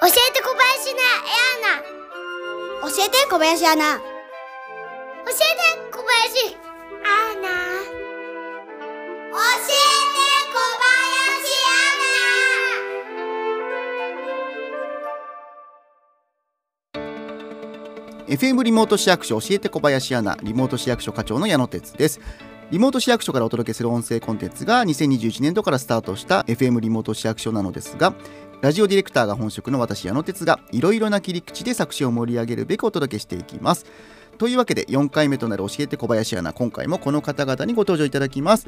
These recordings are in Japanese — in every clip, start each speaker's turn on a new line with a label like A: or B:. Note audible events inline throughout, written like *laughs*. A: 教えて小林なエアナ教えて小林アナ教えて小林アナ教えて小林ア
B: FM リモート市役所教えて小林アナリモート市役所課長の矢野哲ですリモート市役所からお届けする音声コンテンツが2021年度からスタートした FM リモート市役所なのですがラジオディレクターが本職の私矢野哲がいろいろな切り口で作詞を盛り上げるべくお届けしていきますというわけで4回目となる教えて小林アナ今回もこの方々にご登場いただきます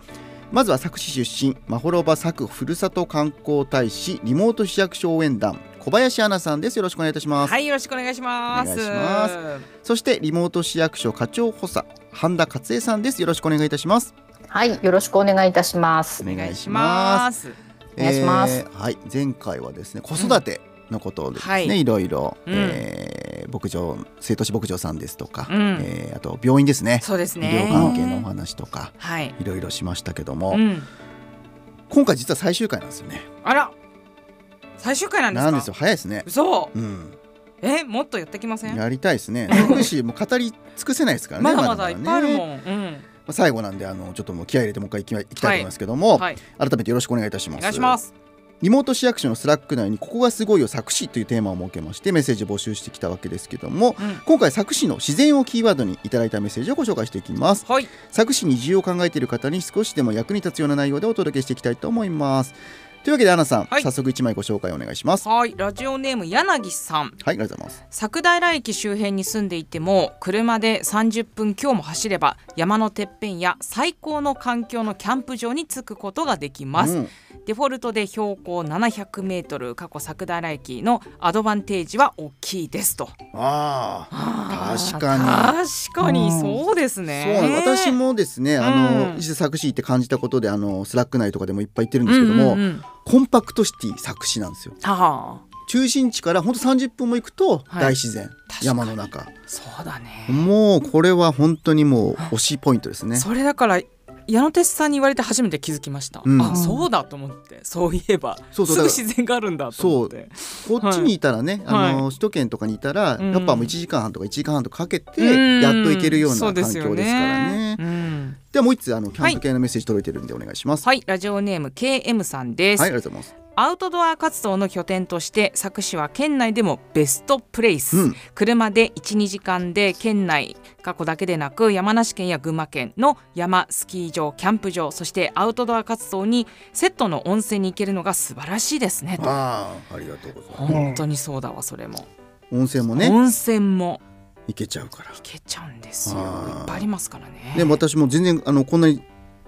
B: まずは佐久市出身まほろば佐久ふるさと観光大使リモート市役所応援団小林アナさんですよろしくお願いいたします
C: はい、よろしくお願いします。
B: お願いしまそしてリモート市役所課長補佐半田勝恵さんですよろしくお願いいたします
D: はい、よろしくお願いいたします。
B: お
C: お
B: 願
C: 願
B: い
C: い
B: し
C: し
B: ま
C: ます。
D: お願いします
B: えーはい前回はですね子育てのことですね、
C: うんはい
B: い、ろいろ、
C: うん
B: えー牧場生徒市牧場さんですとか、
C: うん
B: えーあと病院ですね
C: そうです
B: 医
C: ね。
B: 療関係のお話とか
C: はい。
B: いろいろしましたけども、
C: うん。
B: 今回実は最終回なんですよね
C: あら、最終回なんですか。
B: なんですよ早いですね
C: 嘘。
B: うん
C: え、もっとやってきません。
B: やりたい
C: *laughs*
B: ですね特にしもう語り尽くせないですからね
C: まだまだいっぱいあるも
B: ね
C: ん。うん。
B: まあ最後なんであのちょっともう気合い入れてもう一回いきまいきたいと思いますけども、
C: はい。
B: 改めてよろしくお願いいたしま
C: お
B: す。
C: 願いします。
B: リモート市役所のスラック内にここがすごいよ作詞というテーマを設けましてメッセージを募集してきたわけですけども
C: うん。
B: 今回作詞の自然をキーワードにいただいたメッセージをご紹介していきます
C: はい。
B: 作詞に移住を考えている方に少しでも役に立つような内容でお届けしていきたいと思いますというわけでアナさん、
C: はい
B: 早速一枚ご紹介お願いしますは
C: はい、ラジオネーム柳さん。
B: いありがとうございます
C: 桜平駅周辺に住んでいても車で30分今日も走れば山のてっぺんや最高の環境のキャンプ場に着くことができます、
B: うん
C: デフォルトで標高700メートル過去桜平駅のアドバンテージは大きいですと
B: ああ
C: あー
B: 確か
C: 確かに
B: うん
C: そうです
B: そう
C: ね、
B: なんです私もですねあの、
C: うん
B: 一緒作詞って感じたことであのスラック内とかでもいっぱい言ってるんですけども、
C: うんうんうん
B: コンパクトシティ作詞なんですよ
C: はあ
B: 中心地からほんと30分も行くと
C: はい
B: 大自然、
C: かに
B: 山の中
C: そうだね、
B: もうこれは本当にもう推しポイントですね
C: それだから矢野哲さんに言われて初めて気づきました、
B: うん
C: あそうだと思ってそういえば
B: そうそうだから
C: すぐ自然があるんだと思って
B: こっちにいたらね、
C: は
B: あ
C: い
B: の首都圏とかにいたら、
C: うん
B: やっぱもう1時間半とか1時間半とかかけて
C: うん
B: やっと行けるような環境ですから
C: そうです
B: ね
C: よね
B: で
C: うん
B: はもう一つあのキャンプ系のメッセージ届いてるんでお願いしますはい、
C: はいラジオネーム KM さんです、
B: ありがとうございます
C: アウトドア活動の拠点として佐久市は県内でもベストプレイス、
B: うん
C: 車で12時間で県内過去だけでなく山梨県や群馬県の山スキー場キャンプ場そしてアウトドア活動にセットの温泉に行けるのが素晴らしいですねと
B: ああありがとうございます
C: 本当にそうだわそれも、
B: 温泉もね
C: 温泉も
B: 行けちゃうから
C: 行けちゃうんですよ
B: あー
C: いっぱいありますからね
B: でも私も全然あのこんなに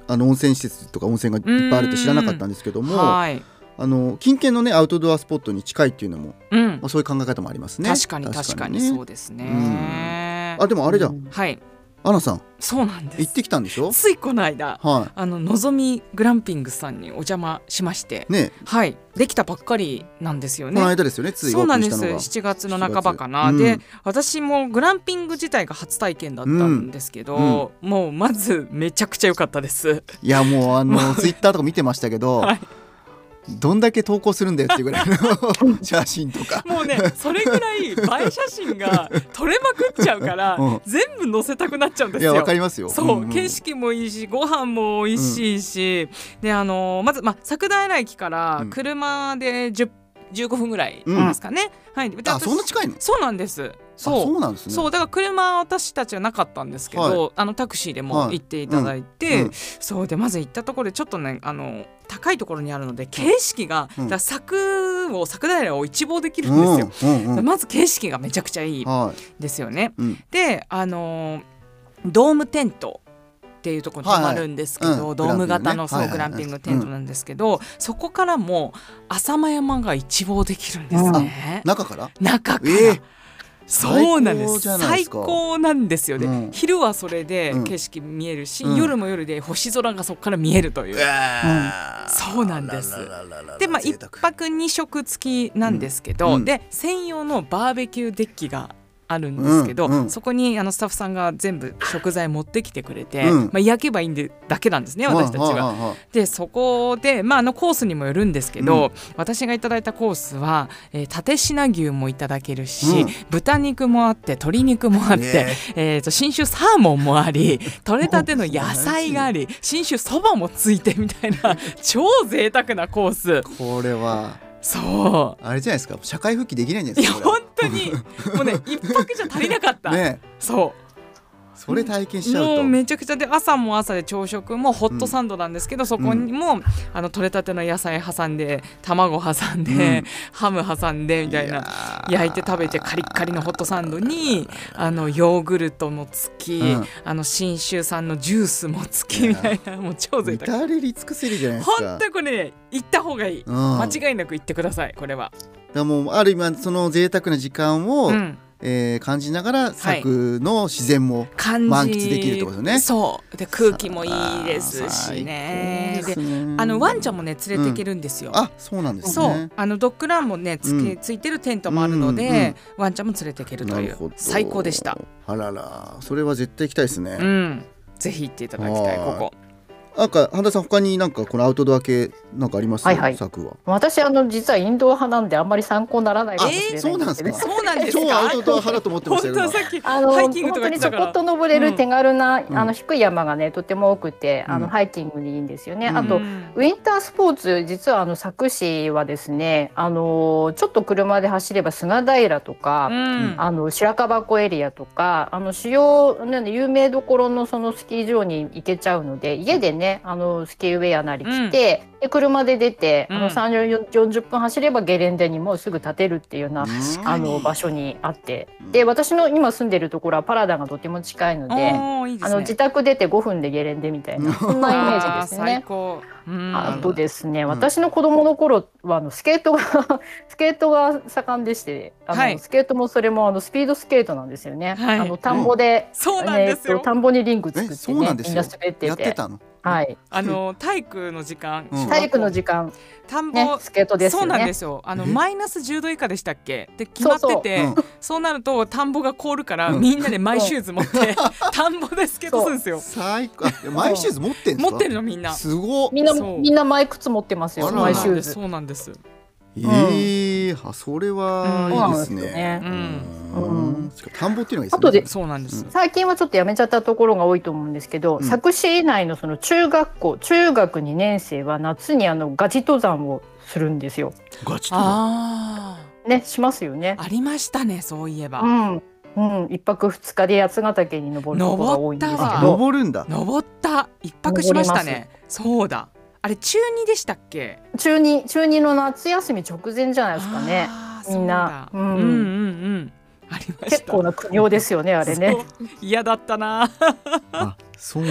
B: あの温泉施設とか温泉がいっぱいあるって知らなかったんですけどもあ
C: はい
B: の近県のねアウトドアスポットに近いっていうのも
C: うん
B: まあ、そういう考え方もありますね。
C: 確かに確かにそう
B: ね
C: ですね、
B: あ、でもあれだ、
D: うん
C: はい
B: アナさん、
C: そうなんで
B: 行っ
C: す
B: てきたんでしょ
C: ついこの間
B: は
C: あののぞみグランピングさんにお邪魔しまして、
B: い。ね、
C: はいできたばっかりなんですよ
B: この
C: ね。
B: 間ですよね、つい
C: そ
B: オ
C: う
B: ー
C: な
B: プ
C: ん
B: ン
C: で
B: した
C: す
B: のが。
C: 7月の
B: 7月
C: 半ばかな、
B: うん
C: で私もグランピング自体が初体験だったんですけど、もうまずめちゃくちゃ良かった
B: *laughs*
C: です。
B: いや、もう、あの、ツイッターとか見てましたけど、
C: はい
B: どんだけ投稿するんだよっていうぐらいの写真とか。
C: もうねそれぐらい映え写真が撮れまくっちゃうから、
B: うん
C: 全部載せたくなっちゃうんで
B: い
C: すよ。
B: や、わかりますよ。
C: そう、
B: んん
C: 景色もいいしご飯も美味しいし、であのーまず、まあ、桜平駅から
B: うん
C: 車で10 15分ぐらい
B: うん
C: ですかね、はいで
B: あ、
C: 私
B: そんな近いの。あ
C: そうなんですそう
B: そうなんですね。
C: そうだから車は私たちはなかったんですけど、あのタクシーでも
B: はい
C: 行っていただいて、
B: うんうん
C: そうでまず行ったところでちょっとねあの高いところにあるので景色が、
B: うん
C: だから柵を桜平を一望できるんですよ、
B: うん、うん、うん。
C: まず景色がめちゃくちゃいい
B: は
C: ですよね、
B: い。うん。
C: であのードームテントっていうところに泊まるんですけど、
B: はいはいうん
C: ドーム型の
B: グ
C: そ
B: ランピングね
C: うグランピングテントなんですけど、そこからも浅間山が一望できるんですね、
B: 中から。
C: 中から、
B: ええ
C: そうなんで
B: 最高
C: す
B: じゃないですか
C: 最高なんですよね、
B: うん
C: 昼はそれで
B: うん
C: 景色見えるし、
B: うん
C: 夜も夜で星空がそこから見えるという、
B: わー
C: そうなんです
B: らららららら
C: でまあ
B: 贅
C: 一
B: 沢
C: 泊二食付きなんですけど、
B: うん
C: で専用のバーベキューデッキがあるんですけど、
B: うんうん
C: そこにあのスタッフさんが全部食材持ってきてくれて、
B: うん
C: まあ、焼けばいいんでだけなんですね私たちは。
B: ああああああ
C: でそこで、まあ、あのコースにもよるんですけど、私がいただいたコースは、えー、立品牛もいただけるし、
B: うん
C: 豚肉もあって鶏肉もあって、
B: ね
C: えー、と新種サーモンも
B: *laughs*
C: あり取れたての野菜があり新種そばもついてみたいな超贅沢なコース
B: これは
C: そ
B: あれじゃないですか社会復帰できないんじゃ
C: う
B: ない
C: い
B: で
C: や
B: すかこ
C: 本当にもうね一泊じゃ足りなかった、
B: れね
C: そ
B: それ体験し
C: う
B: ちゃう
C: も
B: と
C: うめちゃくちゃで朝も朝で朝食もホットサンドなんですけど、そこにも、あの取れたての野菜挟んで卵挟んで、
B: うん
C: ハム挟んでみたいな。
B: な
C: 焼いて食べてカリッカリのホットサンドにあのヨーグルトもつき、
B: うん
C: あの信州産のジュースもつきみたいなもう超贅沢
B: 至れり尽くせりじゃないですか
C: 本当にこれね行った方がいい、
B: うん
C: 間違いなく行ってくださいこれは、
B: だからもうある意味その贅沢な時間を、
C: うん、
B: えー感じながら作の自然も、
C: 感じ
B: 満喫できるってことね
C: そうで空気もいいですしね
B: あー最高で
C: で
B: すね
C: あのワンちゃんもね連れていけるんですよ、
B: あそうなんですね
C: そうあのドッグランもねつけ、
B: うん
C: ついてるテントもあるので、ワンちゃんも連れていけると
B: ないるほ
C: う
B: ど
C: 最高でした
B: あららそれは絶対行きたいですね、
C: うんぜひ行っていただきたい
B: はい
C: ここ
B: なんか半田さん他になんかこのアウトドア系なんかあります
D: はいはい
B: 策は
D: 私あの実はインドア派なんであんまり参考にならないかもしれない
B: そうなん
D: で
B: ですすか
D: けど。
C: そうなんですか
B: 超アウトドア派だと思ってま
C: 本
B: したよ
C: 当さっき
D: あの
C: ハイ
D: 本
C: キングと
D: 当
C: か
D: に
C: 来
D: ちょ
C: た
D: こ
C: か
D: っと
C: ら
D: 登れ
C: う
D: る
C: ん
D: 手軽な、
B: うん
D: あの低い山がねとても多くて、あ
B: う
D: の
B: ん
D: ハイキングにいいんですよね。
B: うん
D: あと
C: うん
D: ウィンタースポーツ実はあの佐久市はですねあのちょっと車で走れば砂平とか、
C: うん
D: あの白樺湖エリアとかあの主要なんで有名どころのそのスキー場に行けちゃうので家でねあのスキーウェアなり着て、で車で出て、あ
C: うん
D: の30 40分走ればゲレンデにもうすぐ立てるっていうような、
B: 確
D: あの場所にあって
B: うん
D: で私の今住んでるところはパラダがとても近いので。
C: おーいいで
D: あ
C: す
D: の
C: ね
D: 自宅出て5分でゲレンデみたいなそんなイメージです
C: あー最
D: ね。
C: 高、うん
D: あ
B: の
D: とですね、
B: うん
D: 私の子供の頃はあのスケートが *laughs* スケートが盛んでして、あの
C: はい
D: スケートもそれもあのスピードスケートなんですよね。
C: はい
D: あの田んぼで、
C: そうなん
D: ねえ
C: で
D: っ
C: すよ
D: と、田んぼにリング作って、
B: え
D: ね、
B: そうなんですよ
D: みんな滑ってて、
B: やってたの
D: はい、
C: あの体育の時間、
B: うん
D: 体育の時間
C: 田んぼ、
D: ねスケートです
C: そう
D: よ
C: なんで
D: ね。
C: すよ。あの
B: え
C: マイナス10度以下でしたっけ？で決まってて、そう
B: そうそう
C: なると田んぼが凍るから、
B: うん
C: みんなでマイシューズ持って
B: *laughs*
C: 田んぼでスケートするんですよ。
B: 最高あマイシューズ持ってんですか
C: 持ってるのみんな。
B: すごっ
D: みんな
C: そう
D: みんなマイ靴持ってます
B: あ
D: よ、
B: ら
D: マイシューズ。
C: そうなんです。そうなんです
B: ええあそれはいいです
D: そうなんです
B: ね
D: よね
B: う
D: うん
B: んしかも田んぼっていうのがいいですね
D: 後で
C: そうなんです。
D: 最近はちょっとやめちゃったところが多いと思うんですけど、
B: うん
D: 佐久市以内のその中学校中学2年生は夏にあのガチ登山をするんですよ。
B: ガチと
C: あ
D: ねしますよね
C: あ、。ありましたね。そういえば、
D: うん、うん、一泊二日で八ヶ岳に登ることが多いんです
C: 登っ
D: け
C: たわ
D: ど、
B: 登るんだ
C: 登った一泊しましたね。そうだ。あれ中二でしたっけ？
D: 中二中二の夏休み直前じゃないですかね。
C: あー
D: みんな
C: そうだうん、
D: うん
C: うんうん。ありました。
D: 結構な苦行ですよねあれね。
C: そう。嫌だったな。
B: あそうなん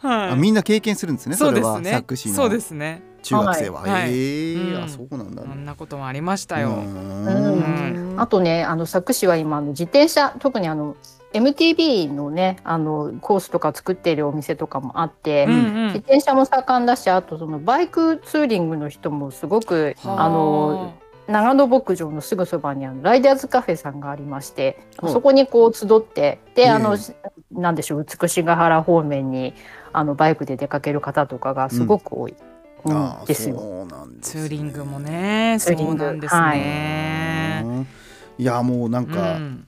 B: だ
C: はい
B: あみんな経験するんですね
C: そ
B: そうれ
C: で
B: は
C: すね
B: 作。詞
C: そうで
B: の
C: すね。
B: 中学生は
C: はい
B: ええ
C: う
B: あ
C: ん
B: そうなんだ
C: そんなこともありました
B: う
C: よ。
B: ーん
D: あとねあの佐久市は今あの自転車特にあの MTB のねあのコースとか作っているお店とかもあって。
C: うんう
D: 自
C: ん。
D: 転車も盛んだしあとそのバイクツーリングの人もすごく
B: はあ
D: あの長野牧場のすぐそばにあのライダーズカフェさんがありまして、そこにこう集って
B: ええ
D: であの、なんでしょう美しが原方面にあのバイクで出かける方とかがすごく多い、うん
B: あー
D: ですよ。
B: そうなんです
C: ツ
B: ね
C: ーリングもね、
D: ツ
C: そ
D: ーリン
C: う
D: グ
C: なんですね。
B: うんいやもうなん
C: う
B: か、
C: ん、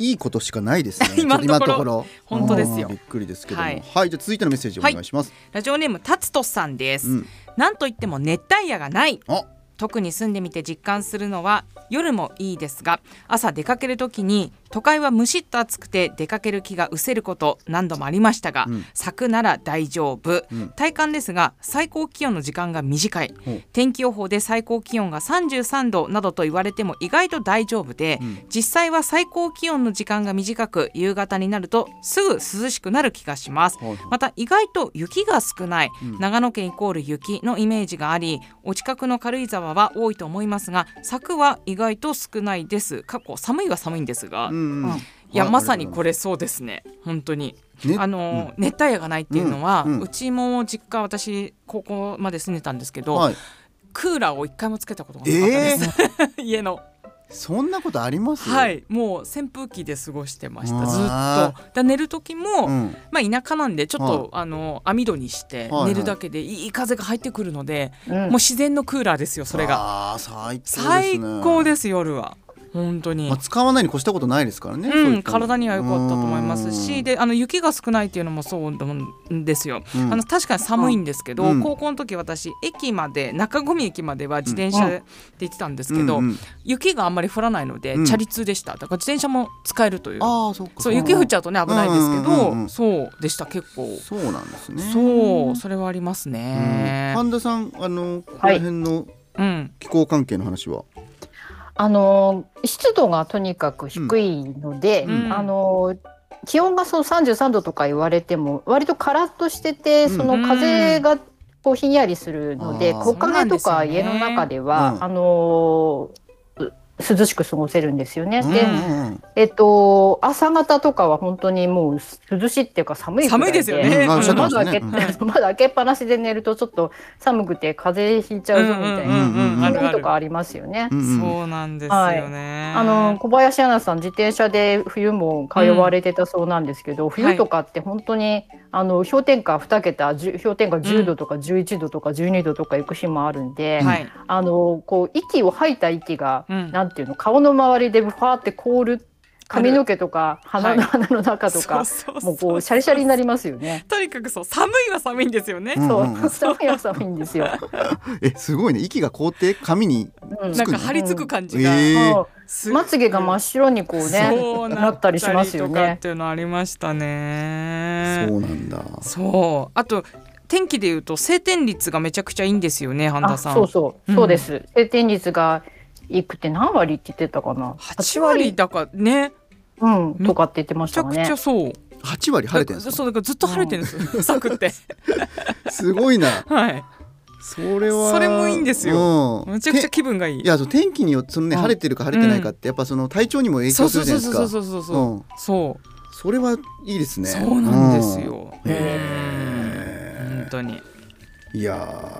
B: いいことしかないですね
C: *laughs* 今の
B: ち
C: ところ
B: ょっろ
C: 本当ですよ
B: うんびっくりですけどもは
C: はいい、
B: じゃあ続いてのメッセージお願いします、
C: ラジオネームタツトさんです、
B: うん
C: なんといっても熱帯夜がない
B: あ
C: 特に住んでみて実感するのは夜もいいですが朝出かける時に都会はむしっと暑くて出かける気が失せること何度もありましたが、
B: うん
C: 柵なら大丈夫、
B: うん
C: 体感ですが最高気温の時間が短い
B: ほう
C: 天気予報で最高気温が33度などと言われても意外と大丈夫で、
B: うん
C: 実際は最高気温の時間が短く夕方になるとすぐ涼しくなる気がします
B: はいはい
C: また意外と雪が少ない、
B: うん
C: 長野県イコール雪のイメージがありお近くの軽井沢は多いと思いますが柵は意外と少ないです過去寒いは寒いんですが、い
B: ん
D: うん
C: やまさにこ
B: れ、
C: れそうですね本当に
B: ね
C: あの、熱帯夜がないっていうのは、
B: う
C: うん
B: うん
C: ちも実家私高校まで住んでたんですけど、
B: はい、
C: クーラーを一回もつけたことがなかった
B: え
C: *laughs* です、家の
B: そんなことあります
C: はいもう扇風機で過ごしてまし
B: うわ
C: た
B: ー
C: ずっとだ寝る時も、
B: うん、
C: まあ、田舎なんでちょっと、あの網戸にして
B: はいはい
C: 寝るだけでいい風が入ってくるので、
D: うん
C: もう自然のクーラーですよそれが
B: が最高ですね、
C: 最高ですす夜は本当に、
B: まあ、使わないに越したことないですからね、そうい
C: ん、
B: ったの
C: 体には良かったと思います
B: う
C: し
B: ん
C: であの雪が少ないっていうのもそうなんですよ、
B: うん
C: あの確かに寒いんですけど、
B: うん
C: 高校の時私駅まで中込駅までは自転車で行ってたんですけど、
B: うんうん
C: 雪があんまり降らないので、
B: うん
C: チャリ通でしただから自転車も使えるという
B: ああそうか
C: そう雪降っちゃうとね危ないですけど、
B: うんうんうんうん
C: そうでした結構、
B: そうなんですね
C: そうそれはあります
B: うん
C: ね、
B: 神田さんあのここら辺の
C: うん
B: 気候関係の話は、
D: あの湿度がとにかく低いので、
C: うん
D: あの気温がその33度とか言われても割とカラッとしてて、その風がこうひんやりするので、
B: あー
D: 木陰と
C: そうな
D: か
C: んです
D: 家
C: よね
D: の中では、
B: うん
D: あのう涼しく過ごせるんですよね。
B: うん
D: で、
B: うん
D: えっと、朝方とかは本当にもう涼しいっていうか寒いくら
C: 寒いですよね、
B: うんあおっしゃってま
D: 窓
B: した
D: 開
B: ね
D: け、窓開けっぱなしで寝るとちょっと寒くて風邪ひいちゃうぞみた
B: う
D: いな、
B: んうんうん
C: あ
B: あ
D: そう
C: る
D: いう
C: あ
D: と
C: る
D: かありますよね。
B: うんうん
C: そうなんですよね、
D: あの小林アナさん自転車で冬も通われてたそうなんですけど、
C: は
D: 冬
C: い
D: とかって本当に、あの氷点下2桁じゅ氷点下
C: う
D: 10
C: ん
D: 度とか11度とか12度とか行く日もあるんで、
C: はい、
D: あのこう息を吐いた息が、
C: うん
D: なんていうの顔の周りでファーって凍る髪の毛とか鼻の,、
C: は
D: 鼻の中とか
C: そうそうそ
D: もうこうシャリシャリになりますよね。
C: とにかくそう寒いは寒いんですよね、
B: うん
D: そううん
B: うん
D: 寒いは寒いんで
C: *laughs*
D: すよ。
B: えすごいね息が凍って髪に
D: うん
C: なんか張り付く感じが、
B: えー
D: そう
C: す
D: まつげが真っ白にこうね
C: そう
D: なったりします
C: な
D: よ
C: ったりとかっ
D: ね。
C: ていうのありましたね
B: そうなんだ
C: そうあと天気でいうと晴天率がめちゃくちゃいいんですよね半田さん
D: あそうそう、
C: うん
D: そうです晴天率がいくって何割って言ってたかな
C: 8割だからね
D: うんとかって言ってま
C: め
D: し
C: ちゃ
D: たか
C: く
D: ね
C: ちゃそう
B: 8割晴れてるんです
C: そ
B: か
C: うだからずっと晴れてるんですよ寒くて
B: すごいな
C: はい
B: それは
C: それもいいんですよ
B: うん
C: めちゃくちゃ気分がいい
B: いやそう天気によってそのね
C: うん
B: 晴れてるか晴れてないかってやっぱその体調にも影
C: そ
B: 響
C: う
B: す
C: そ
B: る
C: う
B: じゃない
C: そう
B: ですか
C: そうそうそうそう、
B: うん
C: そう
B: それはいいですね
C: そうなんですよ
B: うん
C: へ
B: へー
C: 本当に
B: いや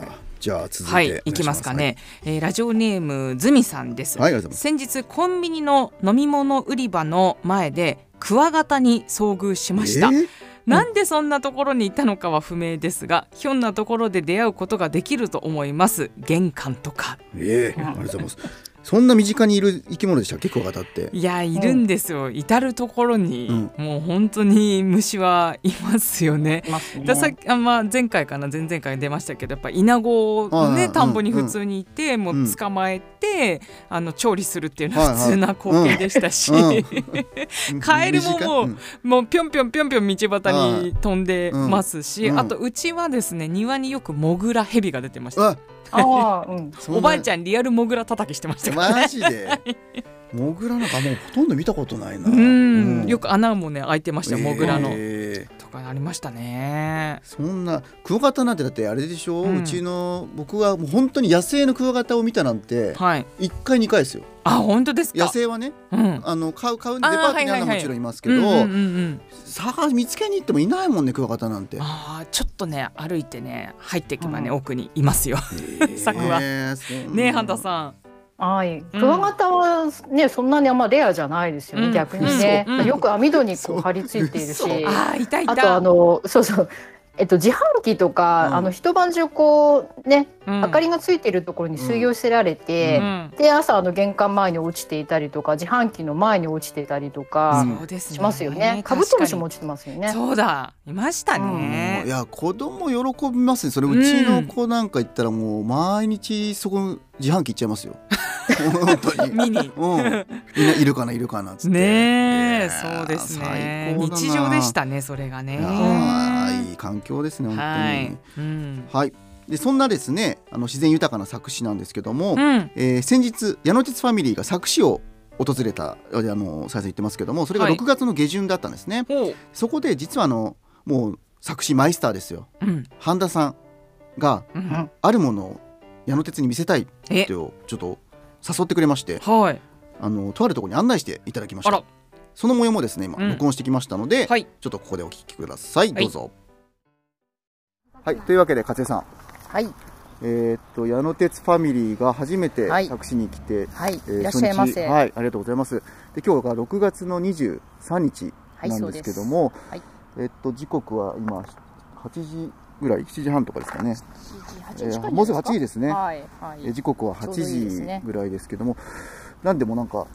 B: ーじゃあ続いて
C: はい
B: お願
C: 行きますかね、
B: はい
C: えーラジオネームズミさんです、
B: はいありがとうございます
C: 先日コンビニの飲み物売り場の前でクワガタに遭遇しました、
B: えー
C: なんでそんなところにいたのかは不明ですがひょんなところで出会うことができると思います玄関とか
B: ええありがとうございます。そんな身近にいる生き物でしたっけクワガタって。
C: いやいるんですよ、至る所に、
B: う
C: もう本当に虫はいますよね
D: いますね
C: ださっきあまあ、前回かな前々回に出ましたけどやっぱイナゴを
B: はいは
C: ね
B: い
C: 田んぼに普通にいて、も
B: ん
C: う捕まえて、あの調理するっていうの
B: はい
C: は
B: はい
C: 普通な光景でしたし、
B: うん
C: カエルも
B: 身近
C: もう
B: うん
C: *laughs* もうぴょんぴょんぴょんぴょん道端に飛んで
B: はいうん
C: ますし、
B: うん
C: あとうちはですね庭によくモグラヘビが出てました。
B: あ、
D: あー、うん、
B: そんな
C: おばあちゃんリアルモグラ叩きしてましたから
B: *laughs*
C: ね。
B: マジで。モグラなんかもうほとんど見たことないな。
C: うん、よ
B: く
C: く穴もね開いてましたよモグラの、
B: ええ
C: とかありましたね。
B: そんなクワガタなんてだってあれでしょ、う
C: うん
B: ちの僕はもう本当に野生のクワガタを見たなんて
C: はい。
B: 一回二回ですよ
C: あ本当ですか。
B: 野生はね
C: うん。
B: あの買う買うデパ
C: あー
B: ートにあ
C: はい
B: るの
C: は
B: は
C: いはい
B: もちろんいますけ
C: うんうんう
B: ど
C: んうん、
B: 探し見つけに行ってもいないもんねクワガタなんて
C: *laughs* ああちょっとね歩いてね入ってきばね、
D: うん
C: 奥にいますよ。柵は
B: ええそう
C: ねえハンタさん。
D: はい、クワガタはね、そんなにあんまレアじゃないですよね、
C: うん
D: 逆にね、
C: うん
D: よく網戸にこ
B: そう
D: う張り付いているし
B: そう
C: ああいたいた。
D: あとあのそうそうえっと自販機とか、
B: うん
D: あの一晩中こうね、
C: うん
D: 明かりがついているところに水をせられて、
C: うん
D: で朝あの玄関前に落ちていたりとか自販機の前に落ちていたりとか
B: うん
C: そうですね。
D: しますよね、カブトムシも落ちてますよね。
C: そうだいましたね
B: うんい。や子供喜びますねそれ
C: うん
B: うちの子なんか行ったらもう毎日そこ自販機行っちゃい
C: *laughs*
B: ますよ本当に
C: 見に。
B: うん、みんないるかないるかなっつって
C: ね
B: い
C: え、
B: やー
C: そうですね
B: 最。高だな
C: 日常でしたね、それがね。
B: あーいい環境ですね本当には
C: はいい、。うん。
B: でそんなですねあの自然豊かな作詞なんですけども、
C: うん。
B: えー先日矢野鉄ファミリーが作詞を訪れたあの再生言ってますけどもそれが
C: はい
B: 6月の下旬だったんですね、
C: ほう。
B: そこで実はあのもう作詞マイスターですよ
C: うん。
B: 半田さんが
C: うん
B: あるものを矢野鉄に見せたいって
C: え
B: ち、ょっと誘ってくれまして
C: はい。
B: あのとあるところに案内していただきまし
C: あら
B: た、その模様もですね今、
C: うん
B: 録音してきましたので、
C: はい。
B: ちょっとここでお聞きください
C: はい
B: どうぞはい、というわけで勝江さん
D: はい、
B: えーっと矢野鉄ファミリーが初めて
D: はい
B: 佐久市に来て、
D: はい、
B: えー
D: いらっしゃいませ。
B: 初日はい、ありがとうございます。で今日が6月の23日
D: はい
B: なんですけども、
D: そうです
B: えっと時刻は今8時ぐらい、7時半とかですかね。
D: 8
B: えーもうすぐ8時ですね
D: はい、は
B: えー
D: い。
B: 時刻は
D: ちょうどいいです
B: 8
D: ね
B: 時ぐらいですけども、なんでもなんか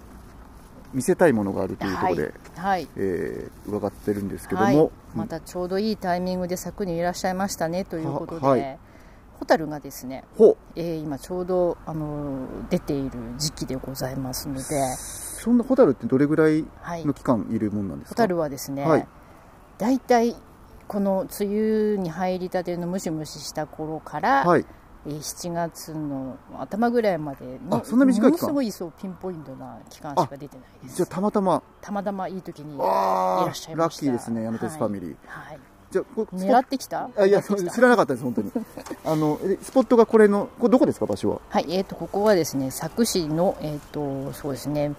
B: 見せたいものがあるというところで、
D: はい。
B: えー伺ってるんですけども、
D: はい、またちょうどいいタイミングで柵にいらっしゃいましたねということで、
B: ははい
D: ホタルがですね、
B: ほ
D: えー今ちょうど、あのー出ている時期でございますので、
B: そんなホタルってどれぐらい
D: はい、
B: の
D: ホ
B: 期間いるもんなんですか。
D: タルはですね、
B: はい
D: 大体この梅雨に入りたてのムシムシした頃から、
B: はい。
D: えー7月の頭ぐらいまでの
B: あそんな短い期間
D: ものすごいそうピンポイントな期間しか出てないです
B: じゃあたまたま、
D: たまたまいい時に、は
B: あ
D: いらっしゃ
B: ー
D: い
B: ラ
D: ま
B: ッ
D: し
B: キ
D: た
B: ーですね、矢野鉄ファミリー。
D: い、
B: じゃあこ
D: 狙ってきた
B: あいや、
D: 狙って
B: そう
D: きた
B: 知らなかったです、本当
D: *laughs*
B: に。あの、えスポットがこれの、これどこですか、場所は。
D: はい、えー、とここはですね佐久市の、えー、とそうですね、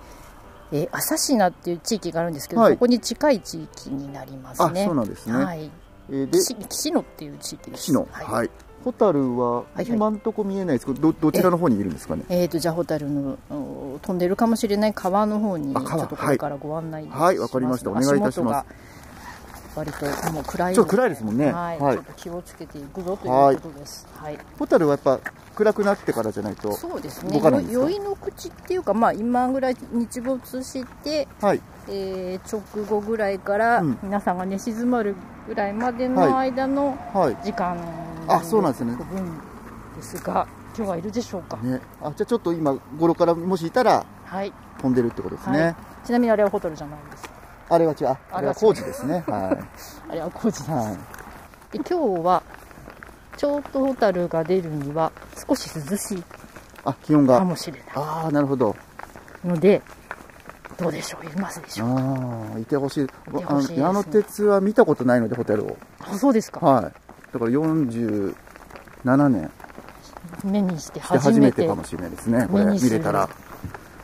D: えー、朝品っていう地域があるんですけど、
B: はい
D: そこに近い地域になります
B: あ、
D: ね。
B: そうなんですね。
D: はい、
B: えーで、
D: 岸岸野っていう地域です。
B: 市の、
D: はい。
B: はい。ホタルは
D: はいはい
B: 今んとこ見えないですけど、どどちらの方にいるんですかね。
D: えー、とじゃあホタルのお飛んでるかもしれない川の方にち
B: あ
D: ょ
B: 川
D: っとこれからご案内します、
B: はいはいわかりましたお願いいたします
D: 足元が割ともう暗いので
B: ちょっと暗いですもんね
D: はい、
B: はい
D: ちょっと気をつけていくぞということです。はい
B: ホタルはやっぱ暗くなってからじゃないと。
D: そうですね。
B: 動かないんですか
D: よ酔いの口っていうか、まあ今ぐらい日没して、
B: はい
D: えー直後ぐらいから
B: うん
D: 皆さんが寝静まるぐらいまで
B: はい
D: の間の
B: はい。
D: 時間
B: あそうなんですね
D: の分ですが、今日はいるでしょうか。
B: ね、あ、じゃあちょっと今頃からもしいたら
D: はい。
B: 飛んでるってことですね。
D: はいちなみにあれはホテルじゃないです。
B: あれは違う。あ
D: あ
B: あ
D: れ
B: れは
D: は
B: 工事ですね。は
D: *laughs* あれは工事
B: い。
D: です。
B: はい。
D: で今日はちょっとホタルが出るには少し涼しい
B: あ、気温
D: か
B: が。
D: もしれな
B: ああ、なるほど。
D: いので、どうでしょう。いますでしょう。
B: ああ、いてほしい。
D: て
B: あ
D: ほしいで
B: の
D: すね
B: 矢野鉄は見たことないので、ホタルを。
D: あ、そうですか。
B: はい。だから47年
D: 目にして
B: で
D: 初
B: 初め
D: めて
B: てかもしれないですね。これ
D: 目にす
B: 見
D: る
B: れたら。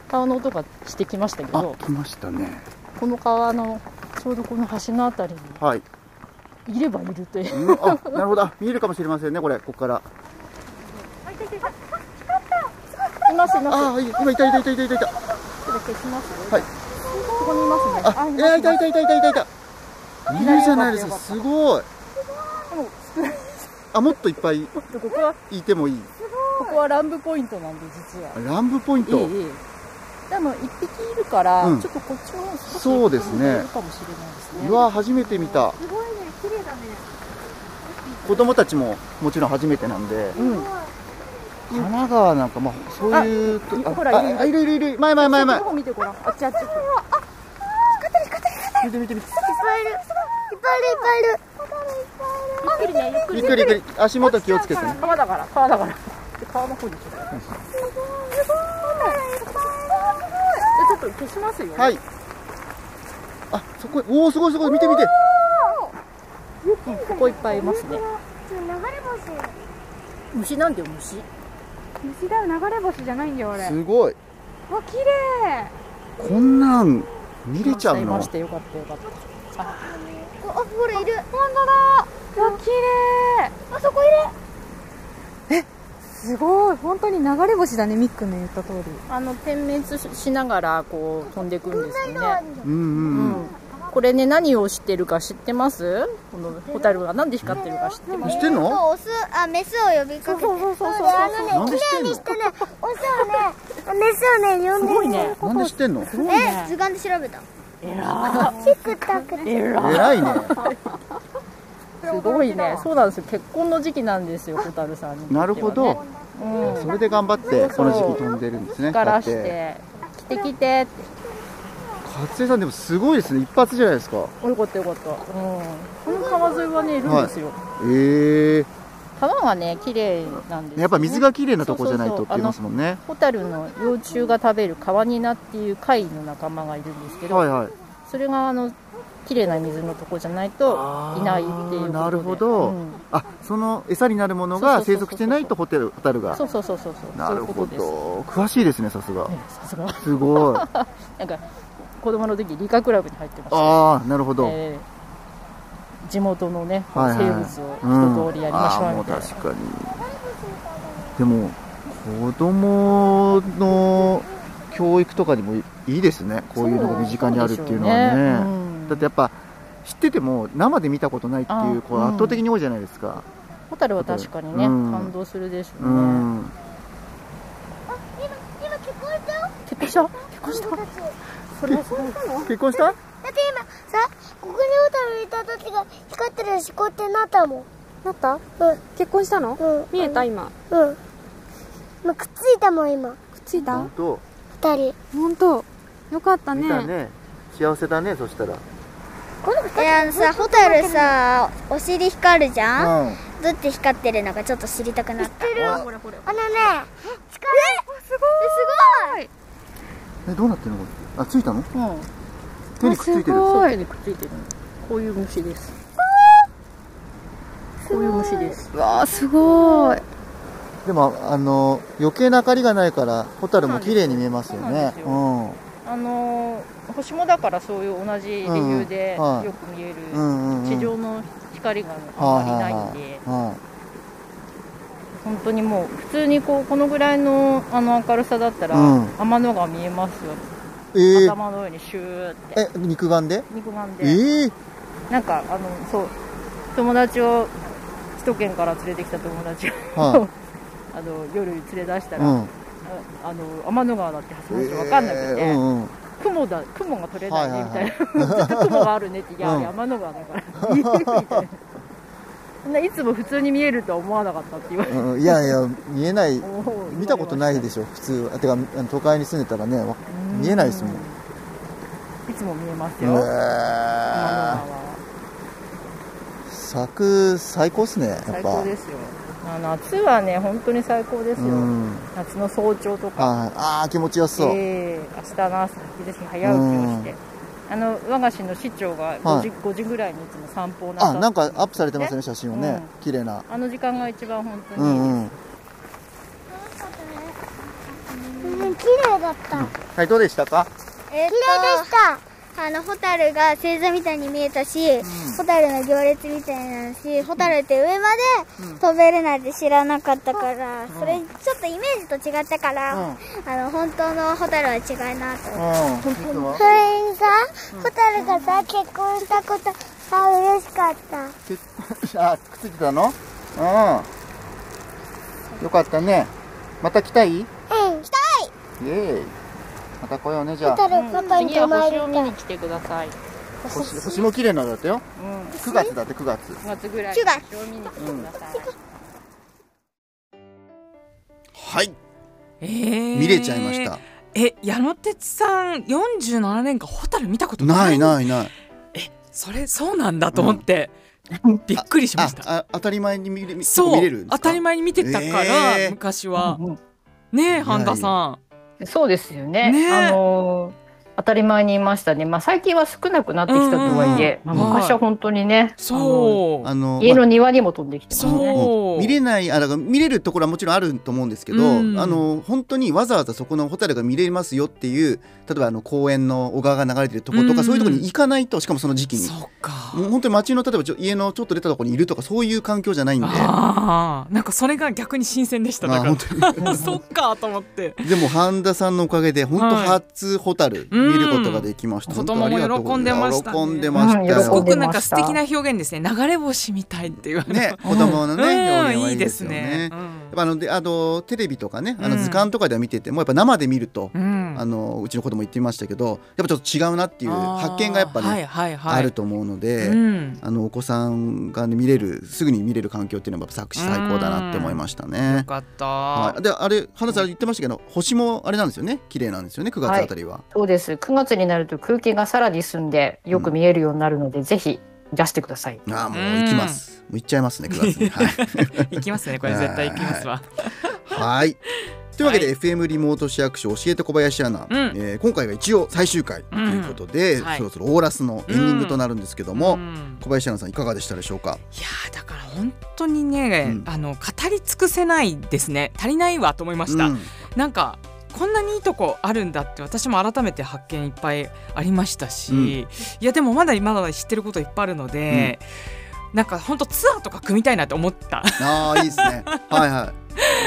D: 川の音がしてきましたけ
B: あ
D: ど、
B: 来ましたね。
D: この川のちょうどこの橋のあたり
B: はい。
D: にいればいるという
B: うんあ、なるほど。あ見えるかもしれませんね、これ、ここから。
D: いますいます
B: ああ、い今いたいたいたいたいたいた。
D: ちょっと消します
B: はい
D: ここにいますね
B: あ、えーいたいたいたいたいたいた。いるじゃないですか、すごい。あ、もっといっぱい
D: ちょっとここはい
B: てもいい。
D: ここはランブポイントなんで実は
B: ランブポイン
D: ええ
B: ト。
D: ええでも一匹いるから、
B: うん
D: ちょっとこっちの少し
B: そうですね
D: 行ってみるかもしれないですね
B: うわ、初めて見た。
A: すごいね、綺麗だね。
B: 子供たちももちろん初めてなんで。
D: うん
B: 神奈川なんか、まあ、そういうと。
D: あほら
B: ああいるいるいる。前前前
D: こっち
B: 前
D: の。方見てごらんあっちあっち
B: 見て見て
A: い
B: 見て。
A: っぱいいる。いっぱいいる、いっぱいいる。
D: ゆっくりねゆっく
B: ゆ
D: り
B: っくりゆっくり。足元気をつけてね。
D: 川だから川だからで川の方にちょっとちょっと消しますよ
B: はい。あ、そこ、おお、すごいすごい、見て見て。
D: ここいっぱいいますね
A: 流れ星。
D: 虫なんだよ虫
E: 虫だよ流れ星じゃないんだよ俺
B: すごい。
E: うわ綺麗
B: こんなん、見れちゃう
D: い
B: の
D: ま。したよかったよかった
A: あ、ほらいる。
E: 本当だうわ綺麗
A: あそこいる。
E: すごい本当に流れ星だねミックの言った通り
D: あの点滅ししながらこう飛んでくんですよね、
B: うんうん
D: う
B: うん。
D: ん、これね何を知ってるか知ってますこのホタルが何で光ってるか知ってます
B: 知ってんの
A: オス、あ、メスを呼びかけて。
E: そうそうそうそうそう
A: あの
B: なん
A: ね、
B: で知っ
A: 綺
B: て
A: 麗
B: んの
A: にしてね、オスをね、メスをね、呼ん
D: す
A: で。
D: ごいね
B: なんで知ってんの
A: え、図鑑で調べた。
D: えら
A: チクタク。
D: えら
B: 偉
D: *laughs*
B: いね。
D: すごいねそうなんですよ結婚の時期なんですよホタルさんにとっては
B: な
D: ね
B: るほど。
D: うん
B: それで頑張って、この時期飛んでるんですね。
D: からし
B: だって。
D: て来て来てって
B: 勝江さん、でもすごいですね。一発じゃないですか。
D: およかったよかった、うん、この川沿いはねいるんですよ、
B: ええ
D: 川がね綺麗なんですよ、ね、
B: やっぱ水がきれいなとこじゃないとって言いますもんね。
D: ホタルの幼虫が食べるカワニナっていう貝の仲間がいるんですけど、
B: はいはい。
D: それがあの綺麗な水のとこじゃないといないっていうことで
B: あーなるほど
D: うん
B: あ、その餌になるものが生息してないとホテル、ホタルが
D: そ。うそうそうそうそう
B: なるほ
D: そういうこ
B: ど。詳しいですね、さすが
D: と。ですねさすが
B: すごい。
D: *laughs* なんか子供の時理科クラブに入ってました、
B: ああ、なるほど。
D: えー地元のね、
B: はいはい
D: 生物を一通りやりまし
B: あ
D: ょうみたいな、
B: ーもう確かに。でも子供の教育とかにもいいですねこういうのが身近にあるっていうのはねだってやっぱ知ってても生で見たことないっていう子は圧倒的に多いじゃないですか、
D: ホタルは確かにね、
B: うん
D: 感動するでしょ
B: う
D: うね。
B: ん
A: 今聞こえたよ
D: 結婚した
A: 結婚しただって
B: それ結婚した
A: 今さここに小樽にいた時が光ってるしこうやってなったもん
E: なった
A: うん
E: 結婚したの
A: うん
E: 見えた今
A: うんもうくっついたもん今
E: くっついた
B: 本当
A: 二人
E: 本当よかった
B: 見
E: ね
B: たね幸せだねそしたら
A: このえあのさホタルさお尻光るじゃん
B: うん
A: どうやって光ってるのかちょっと知りたくなった知ってるあのね光すごいす
B: えどうなってるのこれあついたの
D: うん。
B: 手にくっついてる
E: あ
D: そう手にくっついてる。こういう虫です。こういう虫です。
E: うわあすごい
B: でもあの余計な明かりがないからホタルも綺麗に見えますよ
D: そうなん
B: ね
D: です
B: う
D: よ
B: ん
D: あのー星もだからそういう同じ理由で
B: うんはい
D: よく見える
B: うんうんうん
D: 地上の光があ
B: は
D: んまりないんで
B: いはいはい
D: 本当にもう普通にこうこのぐらいのあの明るさだったら
B: うん
D: 天の川見えますよ
B: えー
D: 頭の上にシューって
B: え肉眼で
D: 肉眼
B: え
D: で
B: ー
D: なんかあのそう友達を首都圏から連れてきた友達を
B: は
D: *laughs* あの夜連れ出した
B: い
D: ら、
B: うん
D: ああの天の川だって初めて分かんなくて、
B: えーうんうん
D: 雲だ雲が取れないねみたいな、
B: *laughs*
D: ずっと雲があるねっていや、
B: うん
D: 山の川
B: *laughs*
D: だから見えるみたいなそんないつも普通に見えるとは思わなかったって言われて
B: うんいやいや見えない
D: おー
B: 見たことないでしょ普通はてかあの都会に住んでたらねわ
D: うん
B: 見えないですもん
D: いつも見えます
B: う
D: よ、天の川
B: わー
D: は
B: 作最高っすねやっぱ
D: 最高ですよあ夏はね本当に最高ですよ、
B: うん
D: 夏の早朝とか
B: はいあー気持ちよさそう、
D: ええ明日の朝ぜひ早起きをして、あの我が市の市長が5時,、5時ぐらいにいつも散歩をなさっ
B: あ
D: て
B: なんかアップされてますね写真をね、
D: うん
B: 綺麗な
D: あの時間が一番本当
B: う
D: にいいです、
B: んうん
A: ごいうん綺麗だった
B: はいどうでしたか
A: え綺麗でしたあのホタルが星座みたいに見えたし、ホタルの行列みたいになるしホタルって上まで飛べるなんて知らなかったから、それちょっとイメージと違ったから、
B: うん
A: あの本当のホタルは違いなと思った
B: う
A: そ
B: ん
A: れにさ、ホタルがさ、結婚したことが嬉しかった。
B: 結あくっついてたのうんよかったねまた来たいイ
A: う
B: エ
A: ん、来
B: ーイまた来ようねじ
A: たホ
B: ゃ
A: タ
B: あ
A: ル、パパに
D: 次
A: 泊
D: は
A: まり
D: 星を
A: たい。
D: 見に来てください。
B: 星星も綺麗なんだったよ
D: うん。
B: 9月だって9月
D: 9月ぐらい
A: 九
D: に
A: 月
D: 星を見に来てください。
B: はい
C: えー
B: 見れちゃいました、
C: え矢野哲さん47年間ホタル見たこと
B: な
C: ない
B: いないない
C: それそうなんだと思って、びっくりしま
B: あ
C: した
B: あ当たり前に見れ見
C: そう
B: 見れるんですか
C: 当たり前に見てたから、
B: えー
C: 昔はねえ半田さ
D: そうですよね。
C: ねえ
D: あのー当たり前にいましたね。まあ最近は少なくなってきたとはいえ、
C: うんうんうん
D: まあ昔は本当にね、
C: ん
D: う
C: そう
B: あの
D: 家の庭にも飛んできてます
C: そう
D: ね。
B: うん見れないあだから見れるところはもちろんあると思うんですけど、
C: うん
B: あの本当にわざわざそこのホタルが見れますよっていう例えばあの公園の小川が流れてるとことか、
C: うん
B: そういうところに行かないとしかもその時期に
C: そ。っか
B: もう本当に街の例えばちょ家のちょっと出たところにいるとかそういう環境じゃないんで
C: あーなんかそれが逆に新鮮でしただ
B: まあ
C: か
B: 本当
C: ら *laughs* そっかと思って
B: にでも半田さんのおかげで本当
C: はい
B: 初ホタル見ることができました、
C: うん
B: 本当ありがとうございす喜
C: 子供も喜
B: ん
C: ん
B: で
C: で
B: ま
D: ま
B: し
D: したた
B: よ
D: ね
C: すごくなんか
D: 出まし
C: 素
D: た
C: 敵な表現ですね流れ星みたいっていう
B: ね子供のね表現
C: うん
B: はい
C: い
B: い
C: で
B: です
C: す
B: よねやっ
C: ね。
B: ぱあのであのテレビとかねあの
C: うん
B: 図鑑とかでは見ててもやっぱ生で見ると、
C: うん
B: あのうちの子供言ってましたけどやっぱちょっと違うなっていう
C: あー
B: 発見がやっぱね、
C: はいはいはい、
B: あると思うので、
C: うん
B: あのお子さんが、ね、見れるすぐに見れる環境っていうのはやっぱ作詞最高だなって思いました
C: よ
B: ね。
C: かった、
B: はい、であれ花さん言ってましたけど星もあれなんですよね綺麗なんですよね9月あたりは。
D: そうです。9月になると空気がさらに澄んでよく見えるようになるので、ぜひいらしてください。
B: ああもう行きます、もう行っちゃいますね9月に。
C: *laughs*
B: はい
C: 行きますねこ
B: *laughs*
C: れ絶対行きますわ
B: はい。というわけで、FM リモート市役所教えて小林アナ、
C: うん
B: えー今回が一応最終回ということで、
C: うんはい
B: そろそろオーラスのエンディングとなるんですけども、
C: うん
B: 小林アナさんいかがでしたでしょうか。
C: いやーだから本当にね、
B: うん
C: あの語り尽くせないですね足りないわと思いました、
B: うん
C: なんかこんなにいいとこあるんだって私も改めて発見いっぱいありましたし、
B: うん
C: いやでもまだまだ知ってることいっぱいあるので、なんか本当ツアーとか組みたいなって思った *laughs*
B: ああいいですね。はいは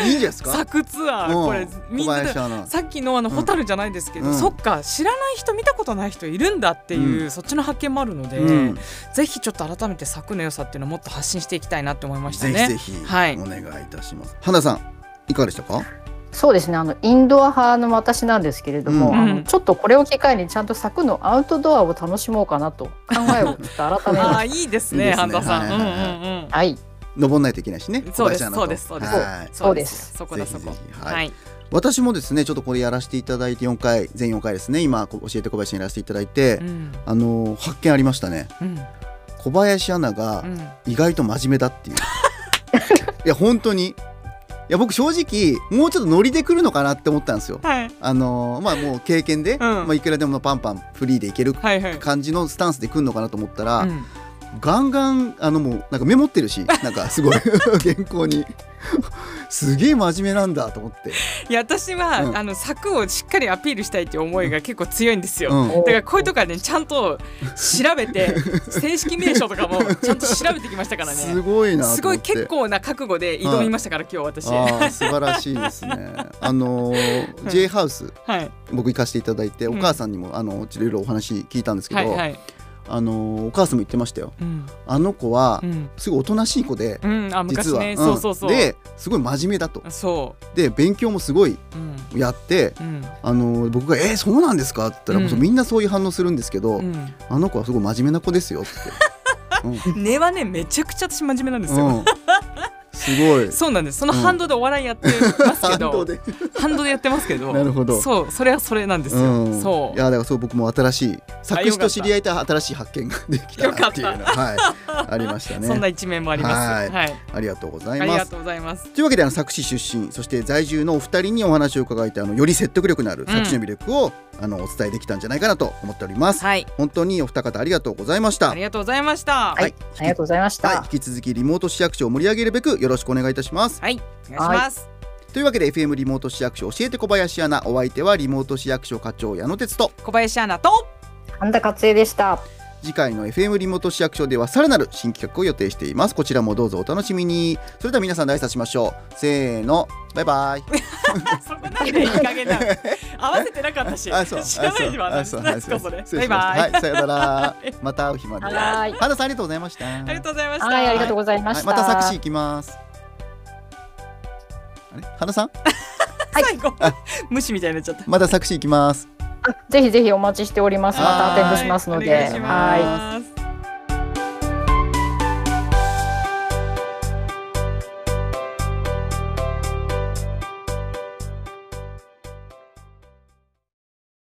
B: い。いいんじゃないですか。
C: 柵ツアー、
B: うん
C: これ
B: 小
C: みんな
B: 林アナ。
C: さっきのあの
B: うん
C: ホタルじゃないですけど、
B: うん
C: そっか知らない人見たことない人いるんだっていう、
B: う
C: そっちの発見もあるので、
B: うん
C: ぜひちょっと改めて柵の良さっていうのをもっと発信していきたいなって思いました
B: ぜ
C: ね。
B: ひぜひお
C: はい
B: 願いいたします。花さんいかがでしたか。
D: そうですねあのインドア派の私なんですけれども、
B: うん
D: あ
C: うん
D: のちょっとこれを機会にちゃんと柵のアウトドアを楽しもうかなと考えをちょっと改め
C: あ
D: ま
C: あ
D: し
C: いいです
B: いい
C: ね
B: ですね
C: 半田さ
B: は
C: ん。う
B: い
C: んう
B: はいはい
C: んうん
D: た。はい、
B: 登んないといけないしね。
C: そうで
B: 小林
C: す
B: アナと
C: そうですそうです
B: はい。
D: そうです
C: そうですよそこ
B: ぜ
C: だ
B: ひぜ
C: そ
B: ひ
C: こ。
B: はい
C: はい。
B: 私もですねちょっとこれやらせていただいて4回全4回ですね今こう教えて小林にやらせていただいて、
C: うん
B: あのー発見ありましたね
C: うん
B: 小林アナが
C: うん
B: 意外と真面目だっていういや本当にいや僕正直もうちょっとノリで来るのかなって思ったんですよ
C: はい
B: あのーまあもう経験で、まあ、いくらでもパンパンフリーでいける
C: はいはい。
B: 感じのスタンスで来るのかなと思ったら、
C: うん
B: ガンガンあのもうなんかメモってるしなんかすごい *laughs* 原稿にすげえ真面目なんだと思って、
C: いや私は、
B: うん
C: あの柵をしっかりアピールしたいっていう思いが結構強いんですよ。
B: うん、
C: だからこういうとこはねちゃんと調
B: *laughs*
C: べて正式名称とかもちゃんと調べてきましたからね
B: すごいなと思って
C: すごい結構な覚悟で挑みましたから、今日私は
B: あー素晴らしいですねあのー J ハウス
C: *laughs* い
B: 僕行かせていただいてお母さんにも、あのいろいろお話聞いたんですけど、
C: はいはい
B: あのーお母さんも言ってましたよ
C: うん
B: あの子は
C: うん、
B: すごいおとなしい子で、
C: うん、あ昔
B: 実は、
C: ね
B: ん
C: そうそうそう
B: ですごい真面目だと
C: そ
B: で勉強もすごいう
C: うん
B: やって
C: うん
B: あのー僕が「えー、そうなんですか?」って言ったら、
C: うん
B: そうみんなそういう反応するんですけど、
C: うん
B: あの子はすごい真面目な子ですよっ
C: *laughs*
B: て。うん
C: 根はねめちゃくちゃ私真面目なんですよ、
B: うんすごい
C: そうなんですその反動でお笑いやってますけ
B: 反
C: ど、
B: 動で
C: 反動でやってますけ
B: *laughs*
C: ど
B: なるほど
C: そうそれはそれなんですよ、
B: うん、
C: そう
B: いやだからそう僕も新しい作詞
C: よか
B: と
C: った
B: 知り合えた新しい発見ができたなっていうのは、はい、ありました
C: そんな
B: ね。
C: 一面もあります
B: は
C: はい、
B: ありがとうござ
C: あ
B: い
C: り
B: ま
C: が
B: す。
C: とうございます
B: というわけであの作詞出身そして在住のお二人にお話を伺えてあのより説得力のある作詞の魅力を、あのお伝えできたんじゃないかなと思っております。
C: はい
B: 本当にお二方ありがとうございました。
C: ありがとうございました
B: はい
D: はい、ありがとうございました、
B: はい、引き続きリモート市役所を盛り上げるべくよろしくお願いいたします。
C: はい、お願いします
B: というわけで FM リモート市役所教えて小林アナお相手はリモート市役所課長矢野哲と
C: 小林アナと
D: 神田克恵でした
B: 次回の FM リモート市役所ではさらなる新企画を予定していますこちらもどうぞお楽しみにそれでは皆さんで挨拶しましょうせーのバイバイ
C: そこなんでいい加減な
B: *laughs*
C: の合わせてなかったし知らないわ
B: あそう
C: 何ですか
B: あ
C: それ
B: 失礼
C: バイ
B: しました
C: バイ
B: はいさよならまた会う日まで
D: はーい
B: 花さんありがとうございました
C: ありがとうございました
D: はい、ありがとうございま
B: は
D: し
B: い
D: た。
B: また作詞行きますあれ花さん
C: 最後無視みたいになっちゃった
B: また作詞行きます
D: あぜひぜひお待ちしております。またアテンドしますの
C: はいお願
D: で
C: い
B: は
C: し。ます